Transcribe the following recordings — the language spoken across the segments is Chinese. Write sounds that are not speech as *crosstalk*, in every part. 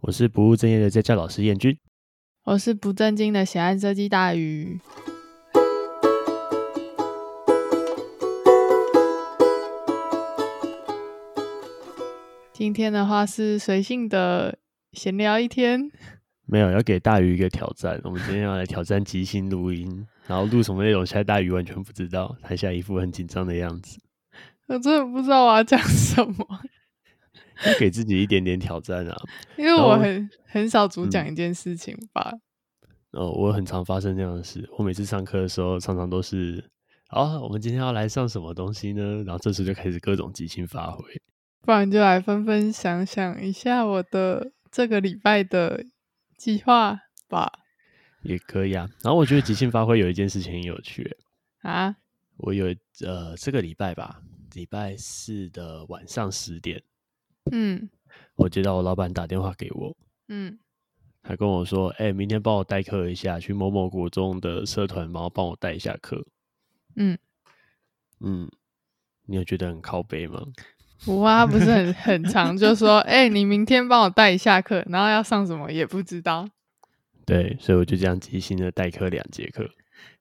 我是不务正业的家教老师燕君。我是不正经的喜爱射击大鱼。今天的话是随性的闲聊一天，没有要给大鱼一个挑战，我们今天要来挑战即兴录音，然后录什么内容，现在大鱼完全不知道，他现在一副很紧张的样子。我真的不知道我要讲什么，要给自己一点点挑战啊！因为然我后很很少主嗯讲一件事情吧。哦，我很常发生这样的事。我每次上课的时候，常常都是啊，我们今天要来上什么东西呢？然后这时候就开始各种即兴发挥。不然就来纷纷想想一下我的这个礼拜的计划吧。也可以啊。然后我觉得即兴发挥有一件事情很有趣欸，啊，我有呃这个礼拜吧，礼拜四的晚上十点，嗯我接到我老板打电话给我，嗯他跟我说：“哎、明天帮我代课一下，去某某国中的社团，然后帮我代一下课。”嗯，嗯，你有觉得很靠背吗？我妈不是很很长，就说：“哎、你明天帮我带一下课，然后要上什么也不知道。对，所以我就这样即兴的代课两节课，”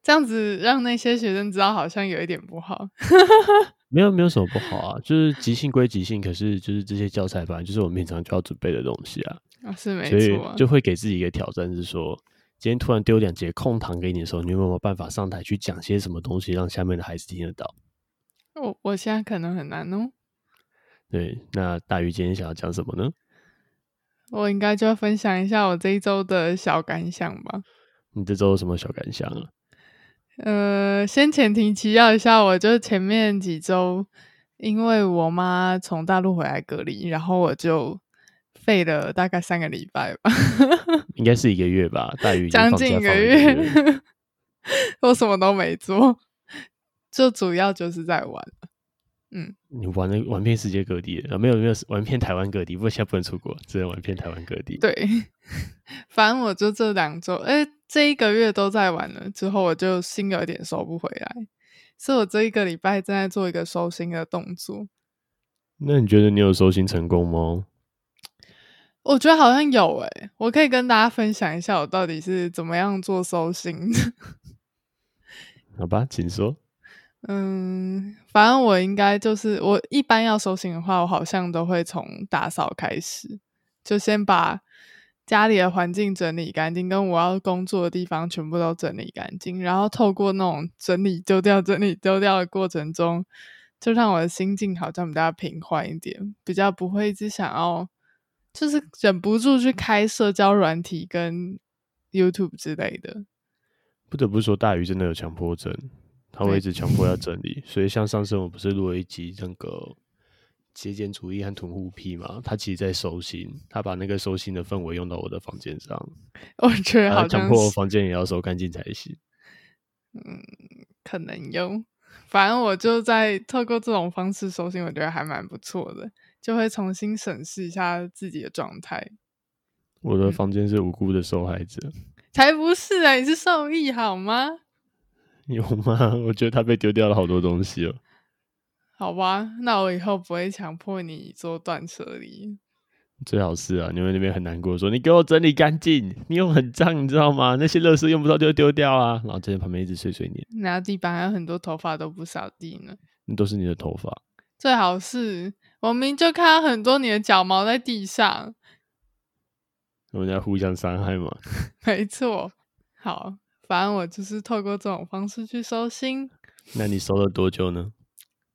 这样子让那些学生知道，好像有一点不好。 *laughs* 没有没有什么不好啊，就是即兴归即兴，可是就是这些教材本来就是我们平常就要准备的东西啊。啊，是没所以错啊，就会给自己一个挑战，是说今天突然丢两节空堂给你的时候，你有没有办法上台去讲些什么东西，让下面的孩子听得到？我我现在可能很难哦。对，那大鱼今天想要讲什么呢？我应该就分享一下我这一周的小感想吧。你这周有什么小感想啊？呃，先前提提要一下，我就前面几周，因为我妈从大陆回来隔离，然后我就废了大概三个礼拜吧，应该是一个月吧，大鱼已经将放近假一放了个一月个月， *laughs* 我什么都没做，就主要就是在玩。你玩了玩遍世界各地了，啊没有没有玩遍台湾各地，不过现在不能出国，只能玩遍台湾各地。对， *laughs* 反正我就这两周，哎、这一个月都在玩了，之后我就心有点收不回来，是我这一个礼拜正在做一个收心的动作。那你觉得你有收心成功吗？我觉得好像有诶、我可以跟大家分享一下我到底是怎么样做收心的。好吧，请说。嗯，反正我应该就是我一般要收心的话，我好像都会从打扫开始，就先把家里的环境整理干净，跟我要工作的地方全部都整理干净，然后透过那种整理丢掉、整理丢掉的过程中，就让我的心境好像比较平缓一点，比较不会一直想要，就是忍不住去开社交软体跟 YouTube 之类的。 *laughs* 不得不说，大鱼真的有强迫症，他会对一直强迫要整理。所以像上次我们不是录了一集那个节俭主义和囤户癖嘛？他其实在收心，他把那个收心的氛围用到我的房间上，我觉得他好啊强像迫我是。房间也要收干净才行。嗯，可能有。反正我就在透过这种方式收心，我觉得还蛮不错的，就会重新审视一下自己的状态。我嗯的房间是无辜的受害者，才不是啊，你是受益好吗？ *laughs* 有吗？我觉得他被丢掉了好多东西哦。好吧，那我以后不会强迫你做断舍离。最好是啊，你们那边很难过，说你给我整理干净，你又很脏，你知道吗？那些垃圾用不到就丢掉啊。然后在旁边一直碎碎念，然后地板还有很多头发都不扫地呢。那都是你的头发。最好是我明明就看到很多你的脚毛在地上， *laughs* 我们在互相伤害嘛。没错。好，反正我就是透过这种方式去收心。那你收了多久呢？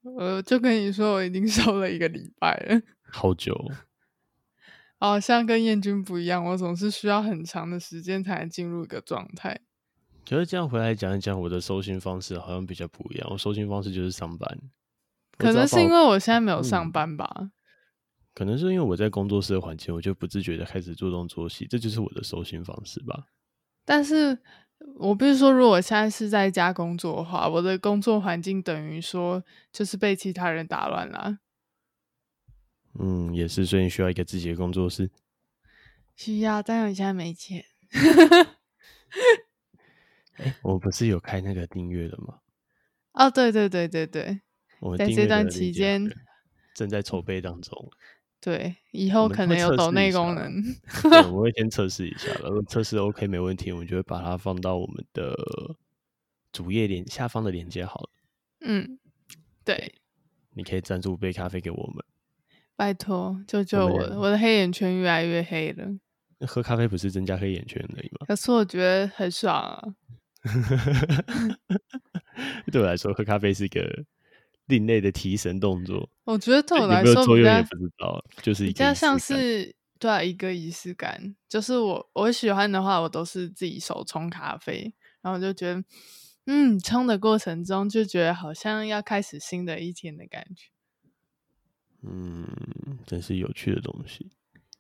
我呃就跟你说，我已经 *laughs* 收了一个礼拜了。好久哦，好哦像跟燕君不一样，我总是需要很长的时间才能进入一个状态。觉得这样回来讲一讲我的收心方式好像比较不一样。我收心方式就是上班，我只可要能把是因我为我现在没有嗯上班吧，可能是因为我在工作室的环境，我就不自觉的开始做东做西，这就是我的收心方式吧。但是我必须说，如果我现在是在家工作的话，我的工作环境等于说就是被其他人打乱了，嗯，也是，所以你需要一个自己的工作室。需要，但我现在没钱。哎，我不是有开那个订阅的吗？哦，对对对对对，我们在订这阅的段链期接还间 *laughs* 没正在筹备当中。对，以我后们可会能有测抖试内一下功啦能。 *laughs* 对我会先测试一下，然后测试 OK 没问题，我们就会把它放到我们的主页链下方的链接好了。嗯，对，你可以赞助杯咖啡给我们。拜托，救救们我！俩我的黑眼圈越来越黑了，喝咖啡不是增加黑眼圈而已 *laughs* 吗？可是我觉得很爽啊。 *laughs* 对我来说，喝咖啡是一个另类的提神动作。我觉得对我有来没有说作比用也较不知道，就是比一个较仪式像感是对啊、一个仪式感。就是我我喜欢的话，我都是自己手冲咖啡，然后就觉得，嗯，冲的过程中就觉得好像要开始新的一天的感觉。嗯，真是有趣的东西。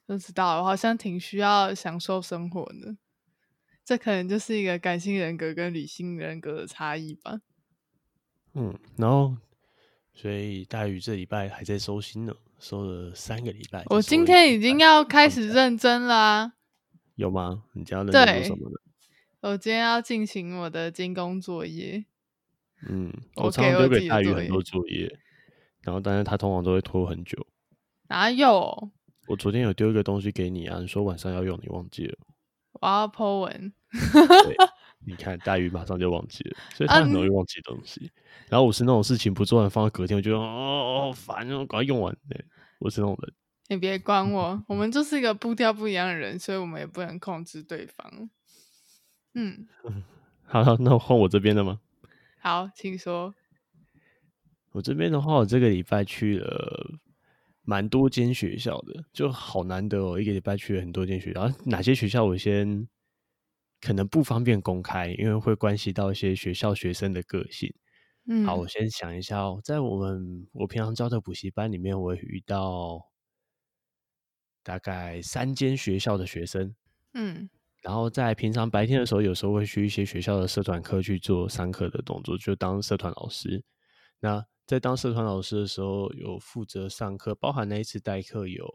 不知道，我好像挺需要享受生活的。这可能就是一个感性人格跟理性人格的差异吧。嗯，然后所以大鱼这礼拜还在收心呢，收了三个礼拜。再我收今一个天礼已拜经要开放始假认真啦、有吗？你今天要认真对做什么呢？我今天要进行我的精工作业。嗯，我常给常丢我自给己的大鱼作很业多作业，然后但是他通常都会拖很久。哪有？我昨天有丢一个东西给你啊，你说晚上要用，你忘记了。我要 po 文。你看大鱼马上就忘记了，所以啊他很容易你忘记东西。然后我是那种事情不做完放到隔天，我就哦哦好烦哦，赶快用完。对，我是那种人。你别管我，我们就是一个步调不一样的人，所以我们也不能控制对方。嗯，好，那换我这边了吗？好，请说。我这边的话，我这个礼拜去了蛮多间学校的，就好难得哦，一个礼拜去了很多间学校。啊哪些学校我先可能不方便公开，因为会关系到一些学校学生的个性。嗯，好，我先想一下哦，在我们我平常教的补习班里面，我遇到大概三间学校的学生，嗯然后在平常白天的时候，有时候会去一些学校的社团课去做上课的动作，就当社团老师。那在当社团老师的时候，有负责上课，包含那一次代课有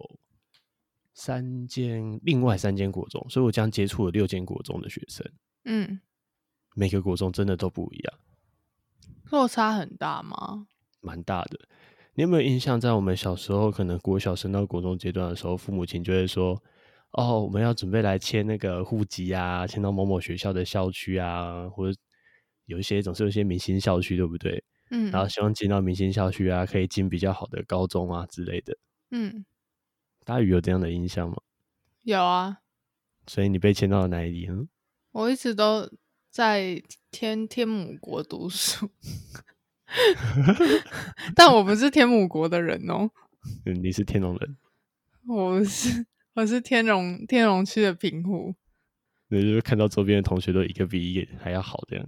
三间，另外三间国中，所以我将接触了六间国中的学生，嗯，每个国中真的都不一样，落差很大吗？蛮大的。你有没有印象，在我们小时候，可能国小升到国中阶段的时候，父母亲就会说：“哦，我们要准备来迁那个户籍啊，迁到某某学校的校区啊，或者有一些总是有一些明星校区，对不对？嗯然后希望进到明星校区啊，可以进比较好的高中啊之类的。嗯，大宇有这样的印象吗？有啊，所以你被迁到了哪里？嗯，我一直都在天天母国读书， *laughs* 但我不是天母国的人哦，嗯你是天龙人，我是我是天龙天龙区的平湖。你就是看到周边的同学都一个比一个还要好这样。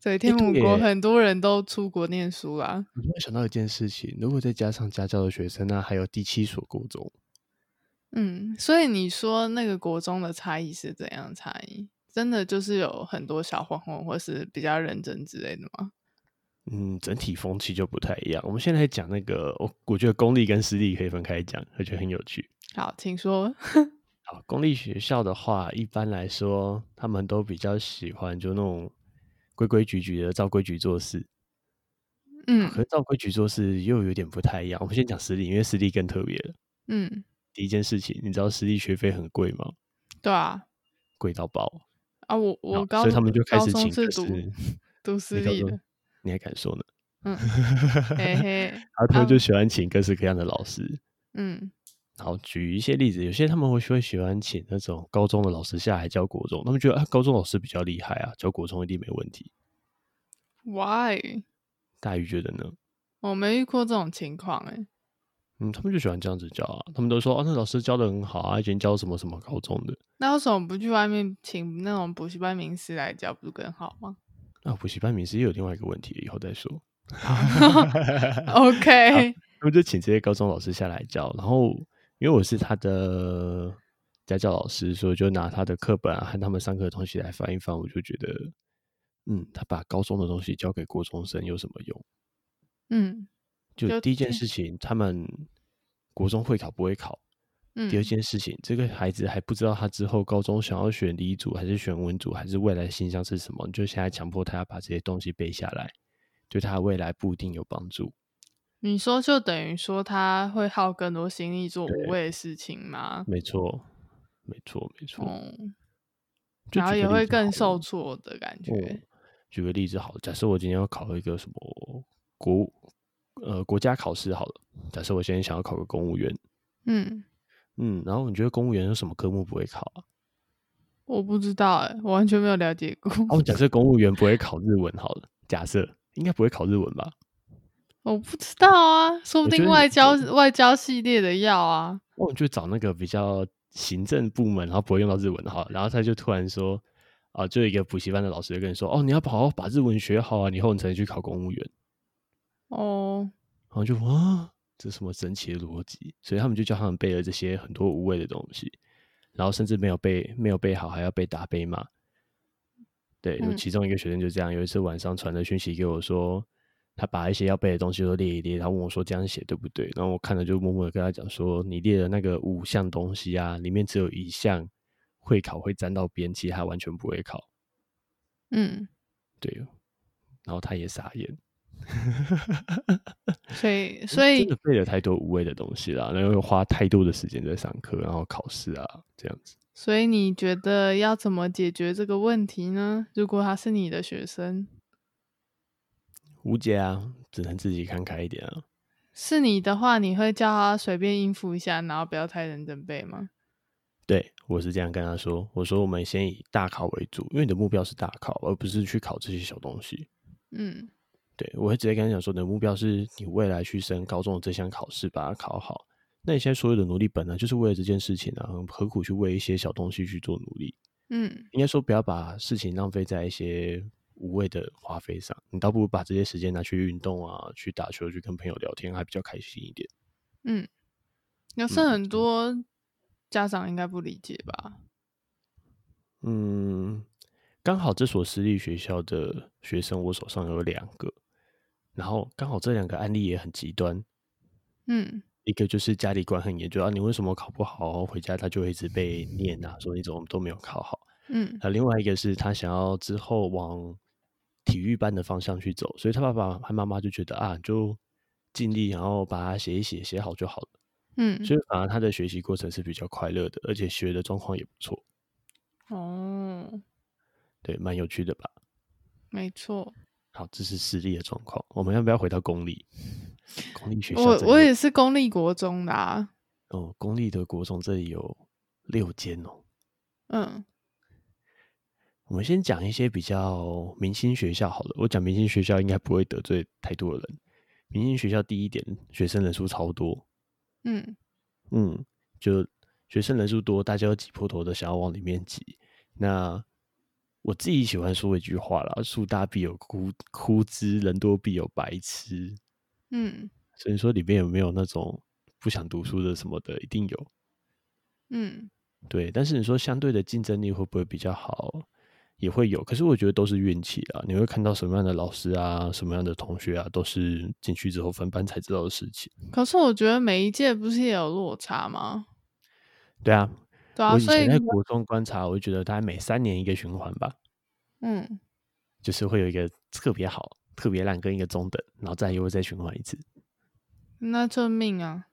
对，天母对国耶很多人都出国念书啦。我突然想到一件事情，如果再加上家教的学生那还有第七所国中。嗯，所以你说那个国中的差异是怎样的差异？真的就是有很多小混混，或是比较认真之类的吗？嗯，整体风气就不太一样。我们现在讲那个，我我觉得公立跟私立可以分开讲，我觉得很有趣。好，请说。好，公立学校的话，一般来说，他们都比较喜欢就那种规规矩矩的，照规矩做事。嗯可是照规矩做事又有点不太一样。我们先讲私立，因为私立更特别了。嗯，第一件事情，你知道私立学费很贵吗？对啊，贵到爆。啊，我然我后高所以他们就开高始中请，是就读是读私你高立中的，你还敢说呢？ *laughs* 嗯，嘿然嘿，后他们啊就喜欢请各式各样的老师。嗯好，举一些例子，有些他们会会喜欢请那种高中的老师下来教国中，他们觉得啊，高中老师比较厉害啊，教国中一定没问题。 ，why？大鱼觉得呢？我没遇过这种情况哎、嗯，他们就喜欢这样子教啊，他们都说啊，那老师教的很好啊，以前教什么什么高中的，那为什么不去外面请那种补习班名师来教，不是更好 *laughs* 吗那、补习班名师也有另外一个问题，以后再说。 ？OK， *laughs* 他们就请这些高中老师下来教，然后因为我是他的家教老师，所以就拿他的课本啊和他们上课的东西来翻一翻，我就觉得，嗯，他把高中的东西教给国中生有什么用？嗯就就第一件这事情，他们国中会考不会考；嗯，第二件事情，这个孩子还不知道他之后高中想要选理组还是选文组，还是未来的形象是什么，你就现在强迫他要把这些东西背下来，对他的未来不一定有帮助。你说就等于说他会耗更多心力做无对谓的事情吗？没错，没错，没错。嗯，就然后举也个例会子更好受了挫的感觉。嗯，举个例子好了，假设我今天要考一个什么国呃国家考试好了，假设我现在想要考个公务员，嗯，嗯，然后你觉得公务员有什么科目不会考啊？我不知道哎、我完全没有了解过。哦，假设公务员不会考日文好了，假设应该不会考日文吧？我不知道啊，说不我觉定得外你交外交系列的要啊，我就找那个比较行政部门，然后不会用到日文的哈，然后他就突然说，啊、就有一个补习班的老师就跟你说，哦，你要好好把日文学好啊，以后你才能去考公务员。哦，然后就啊，这什么神奇的逻辑？所以他们就叫他们背了这些很多无谓的东西，然后甚至没有背没有背好，还要被打被骂。对，有嗯其中一个学生就这样，有一次晚上传了讯息给我说，他把一些要背的东西都列一列，然后问我说这样写对不对？然后我看了就默默的跟他讲说，你列的那个五项东西啊，里面只有一项会考会沾到边，其他完全不会考。嗯，对，然后他也傻眼。所以所以真的背了太多无谓的东西啦，然后又花太多的时间在上课，然后考试啊这样子。所以你觉得要怎么解决这个问题呢？如果他是你的学生，无解啊，只能自己看开一点啊。是你的话，你会叫他随便应付一下，然后不要太认真背吗？对我是这样跟他说，我说我们先以大考为主，因为你的目标是大考，而不是去考这些小东西。嗯对我会直接跟他讲说，你的目标是你未来去升高中的这项考试，把它考好。那你现在所有的努力本来就是为了这件事情啊，何苦去为一些小东西去做努力？嗯应该说不要把事情浪费在一些无谓的花费上，你倒不如把这些时间拿去运动啊，去打球，去跟朋友聊天，还比较开心一点。嗯，有是嗯很多家长应该不理解吧？嗯，刚好这所私立学校的学生，我手上有两个，然后刚好这两个案例也很极端，嗯一个就是家里管很严，就啊你为什么考不好，回家他就会一直被念啊，说你怎么都没有考好。嗯啊，另外一个是他想要之后往体育班的方向去走，所以他爸爸和妈妈就觉得啊，就尽力，然后把它写一写，写好就好了。嗯，所以反而他的学习过程是比较快乐的，而且学的状况也不错，哦，对，蛮有趣的吧？没错，好，这是私立的状况，我们要不要回到公立？公立学校我这里我有也是公立国中的啊，哦，公立的国中这里有六间哦。嗯我们先讲一些比较明星学校好了。我讲明星学校应该不会得罪太多的人。明星学校第一点，学生人数超多，嗯嗯，就学生人数多，大家都挤破头的想要往里面挤。那我自己喜欢说一句话啦：树大必有枯枯枝，人多必有白痴。嗯所以说里面有没有那种不想读书的什么的，一定有。嗯对，但是你说相对的竞争力会不会比较好，也会有。可是我觉得都是运气啊，你会看到什么样的老师啊，什么样的同学啊，都是进去之后分班才知道的事情。可是我觉得每一届不是也有落差吗？对啊，对啊，我以所以前在你国中观察，我就觉得大概每三年一个循环吧，嗯，就是会有一个特别好、特别烂跟一个中等，然后再又会再循环一次。那就命啊。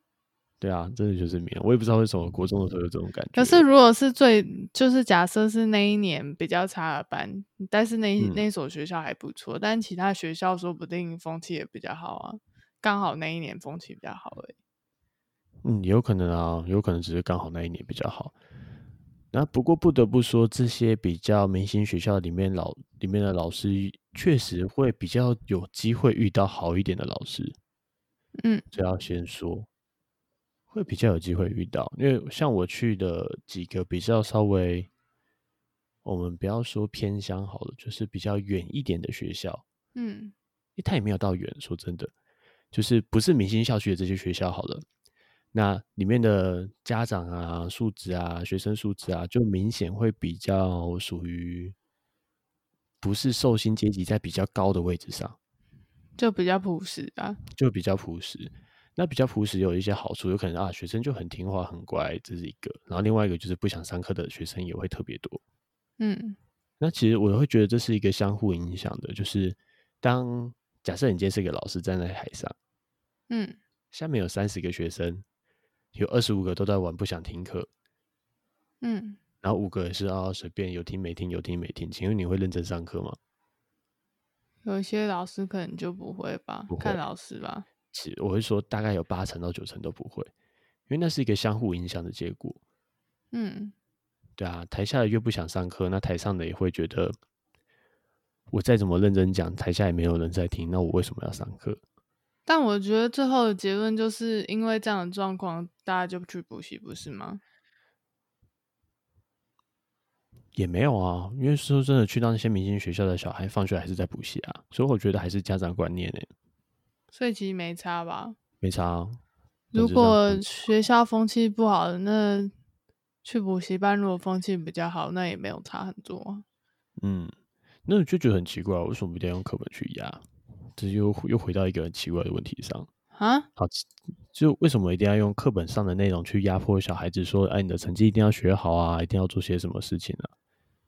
对啊，真的就是没有，我也不知道为什么国中的时候有这种感觉。可是如果是最，就是假设是那一年比较差的班，但是那一、嗯那一所学校还不错，但其他学校说不定风气也比较好啊，刚好那一年风气比较好而已。嗯，有可能啊，有可能只是刚好那一年比较好。那不过不得不说，这些比较明星学校里面老里面的老师，确实会比较有机会遇到好一点的老师。嗯，这要先说，会比较有机会遇到，因为像我去的几个比较稍微，我们不要说偏乡好了，就是比较远一点的学校，嗯因为它也没有到远，说真的，就是不是明星校区的这些学校好了，那里面的家长啊、素质啊、学生素质啊，就明显会比较属于不是受薪阶级在比较高的位置上，就比较朴实啊。就比较朴实。那比较朴实有一些好处，有可能啊，学生就很听话、很乖，这是一个。然后另外一个就是不想上课的学生也会特别多。嗯那其实我会觉得这是一个相互影响的，就是当假设你今天是一个老师站在台上，嗯下面有三十个学生，有二十五个都在玩，不想听课，嗯，然后五个是啊随便有听没听，有听没听。请问你会认真上课吗？有一些老师可能就不会吧，不会看老师吧。是，我会说大概有八成到九成都不会，因为那是一个相互影响的结果。嗯对啊，台下的越不想上课，那台上的也会觉得，我再怎么认真讲，台下也没有人在听，那我为什么要上课？但我觉得最后的结论就是因为这样的状况，大家就去补习，不是吗？也没有啊，因为说真的，去到那些明星学校的小孩，放学还是在补习啊，所以我觉得还是家长观念呢、所以其实没差吧。没差、啊。本如质上果学校风气不好，那去补习班；如果风气比较好，那也没有差很多啊。嗯，那我就觉得很奇怪，为什么一定要用课本去压？这又又回到一个很奇怪的问题上。啊，好，就为什么一定要用课本上的内容去压迫小孩子说，哎，你的成绩一定要学好啊，一定要做些什么事情啊？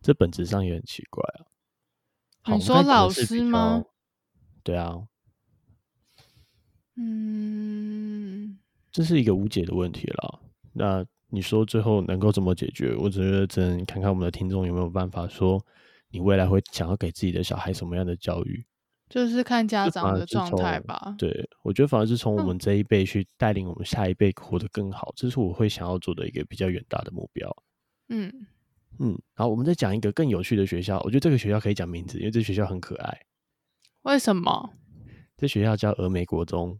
这本质上也很奇怪啊。好你我们刚才说讲的老是比师吗较？对啊，嗯，这是一个无解的问题了。那你说最后能够怎么解决？我只觉得只能看看我们的听众有没有办法说，你未来会想要给自己的小孩什么样的教育？就是看家这反长而的是状态从吧。对，我觉得反而是从我嗯们这一辈去带领我们下一辈活得更好，这是我会想要做的一个比较远大的目标。嗯，嗯，然后我们再讲一个更有趣的学校，我觉得这个学校可以讲名字，因为这学校很可爱。为什么？这学校叫峨眉国中，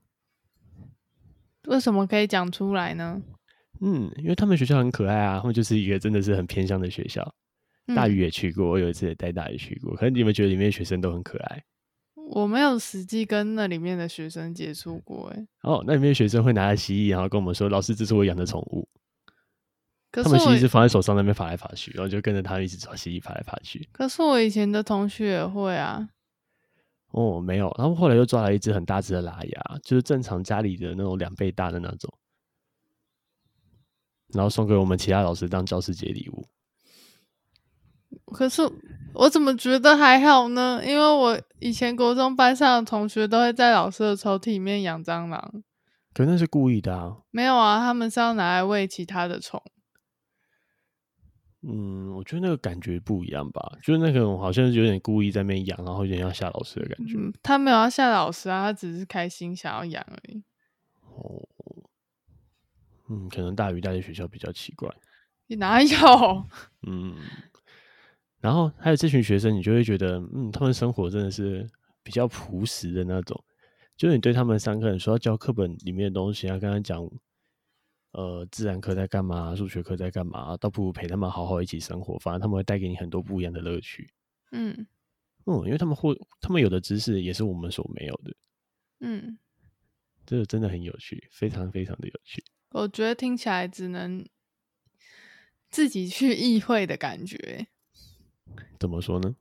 为什么可以讲出来呢？嗯，因为他们学校很可爱啊，他们就是一个真的是很偏乡的学校。大嗯鱼也去过，我有一次也带大鱼去过，可是你们觉得里面的学生都很可爱我没有实际跟那里面的学生接触过、欸，哦。那里面的学生会拿着蜥蜴，然后跟我们说：“老师，这是我养的宠物。”可他是们蜥蜴是我，放在手上那边爬来爬去，然后就跟着他们一起抓蜥蜴爬来爬去。可是我以前的同学也会啊。哦，没有，他们后来又抓了一只很大只的拉牙，就是正常家里的那种两倍大的那种，然后送给我们其他老师当教师节礼物。可是我怎么觉得还好呢？因为我以前国中班上的同学都会在老师的抽屉里面养蟑螂，可那是故意的啊。没有啊，他们是要拿来喂其他的虫。嗯，我觉得那个感觉不一样吧，就是那种好像是有点故意在那边养，然后有点要吓老师的感觉。嗯，他没有要吓老师啊，他只是开心想要养而已。哦，嗯，可能大鱼大的学校比较奇怪。你哪有？ *laughs* 嗯，然后还有这群学生，你就会觉得，嗯，他们生活真的是比较朴实的那种。就是你对他们上课，你说要教课本里面的东西，要跟他讲，呃，自然课在干嘛，数学课在干嘛，倒不如陪他们好好一起生活，反而他们会带给你很多不一样的乐趣。嗯嗯，因为他们获他们有的知识也是我们所没有的，嗯，这个真的很有趣，非常非常的有趣。我觉得听起来只能自己去意会的感觉，欸怎么说呢？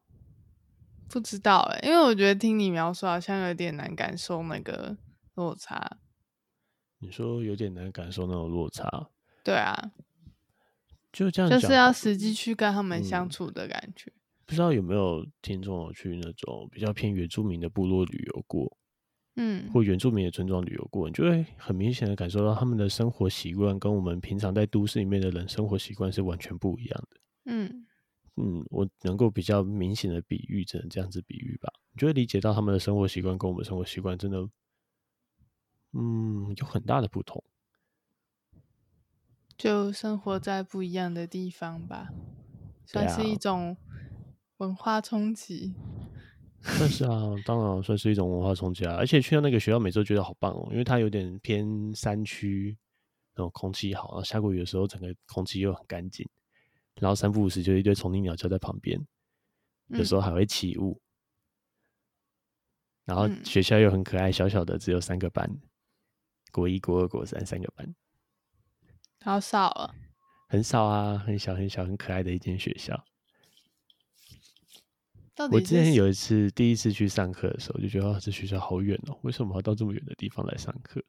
不知道哎、因为我觉得听你描述好像有点难感受那个落差。你说有点难感受那种落差，对啊，就这样就讲是要实际去跟他们嗯相处的感觉。不知道有没有听众有去那种比较偏原住民的部落旅游过，嗯或原住民的村庄旅游过，你就会很明显的感受到他们的生活习惯跟我们平常在都市里面的人生活习惯是完全不一样的。嗯嗯，我能够比较明显的比喻，只能这样子比喻吧。你就会理解到他们的生活习惯跟我们生活习惯真的，嗯，有很大的不同。就生活在不一样的地方吧，对算是一啊种文化冲击。但是啊，当然算是一种文化冲击啊。而且去到那个学校，每周觉得好棒哦，因为它有点偏山区，那种空气好，然后下过雨的时候，整个空气又很干净。然后三不五时就一堆虫鸣鸟叫在旁边，有时候还会起雾。然后嗯学校又很可爱，小小的，只有三个班，国一、国二、国三三个班，好少哦了，很少啊，很小很小很可爱的一间学校。到底我是之前谁有一次第一次去上课的时候，就觉得啊，这学校好远哦，为什么要到这么远的地方来上课？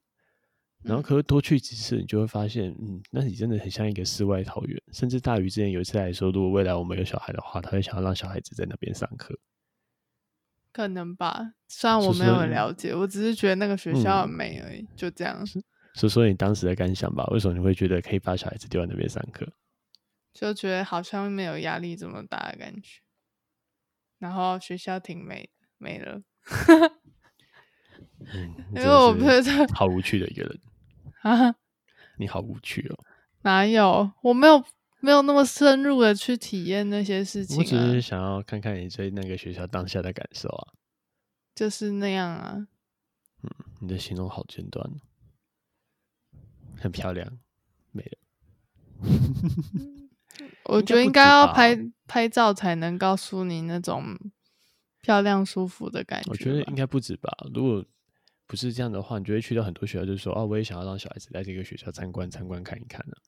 然后嗯可是多去几次，你就会发现，嗯，那里真的很像一个世外桃源。甚至大鱼之前有一次来说，如果未来我们有小孩的话，他会想要让小孩子在那边上课。可能吧。虽然是我没有说很了解，我只是觉得那个学嗯校很美而已，就这样。说说你当时的感想吧，为什么你会觉得可以把小孩子丢在那边上课？就觉得好像没有压力这么大的感觉。然后学校挺美的，没了，嗯，因为我不是觉得好无趣的一个人，啊，你好无趣哦。哪有？我没有没有那么深入的去体验那些事情、我只啊，是想要看看你对那个学校当下的感受啊。就是那样啊。你的形容好简短哦，很漂亮，没了。我应该觉得不应该止要吧拍拍照才能告诉你那种漂亮舒服的感觉吧。我觉得应该不止吧。如果不是这样的话，你就会去到很多学校，就说哦，我也想要让小孩子来这个学校参观参观看一看呢、啊。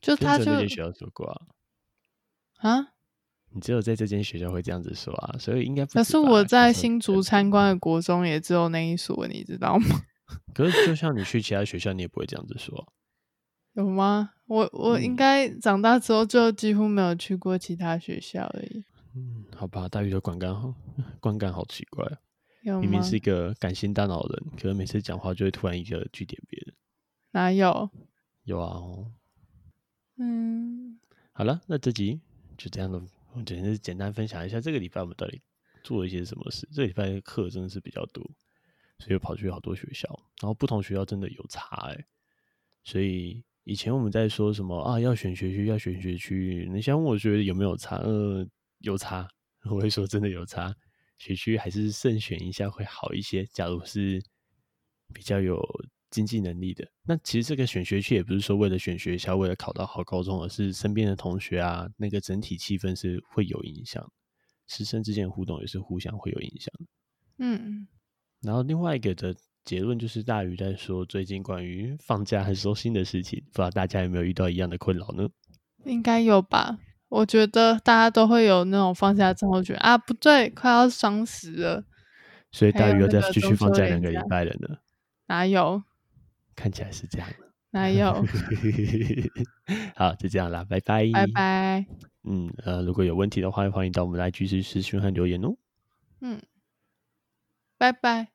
就跟他着就这间学校说过啊，啊，你只有在这间学校会这样子说啊，所以应该不止吧。可是我在就是新竹参观的国中也只有那一所，你知道吗？可是就像你去其他学校，你也不会这样子说。有吗？我我应嗯该长大之后就几乎没有去过其他学校而已，嗯，好吧，大鱼的观感好，观感好奇怪啊、有明吗明？是一个感性大脑的人，可是每次讲话就会突然一个据点别人。哪有？有啊、哦，嗯，好了，那这集就这样了。我只是简单分享一下这个礼拜我们到底做了一些什么事。这个礼拜的课真的是比较多，所以我跑去好多学校，然后不同学校真的有差哎、所以以前我们在说什么啊，要选学区，要选学区，你想问我觉得有没有差？呃，有差， *laughs* 我会说真的有差。学区还是慎选一下会好一些。假如是比较有经济能力的，那其实这个选学区也不是说为了选学校，为了考到好高中，而是身边的同学啊，那个整体气氛是会有影响，师生之间的互动也是互相会有影响。嗯，然后另外一个的结论就是，大鱼在说最近关于放假和收心的事情，不知道大家有没有遇到一样的困扰呢？应该有吧？我觉得大家都会有那种放假之后觉得啊，不对，快要双十了，所以还大有鱼要那再个继续中放秋假两连个礼假拜了呢，哪有？看起来是这样的。哪有？ *laughs* 好，就这样啦，拜拜，拜。拜。嗯，呃，如果有问题的话，欢迎到我们的 IG 私私讯和留言哦。拜拜。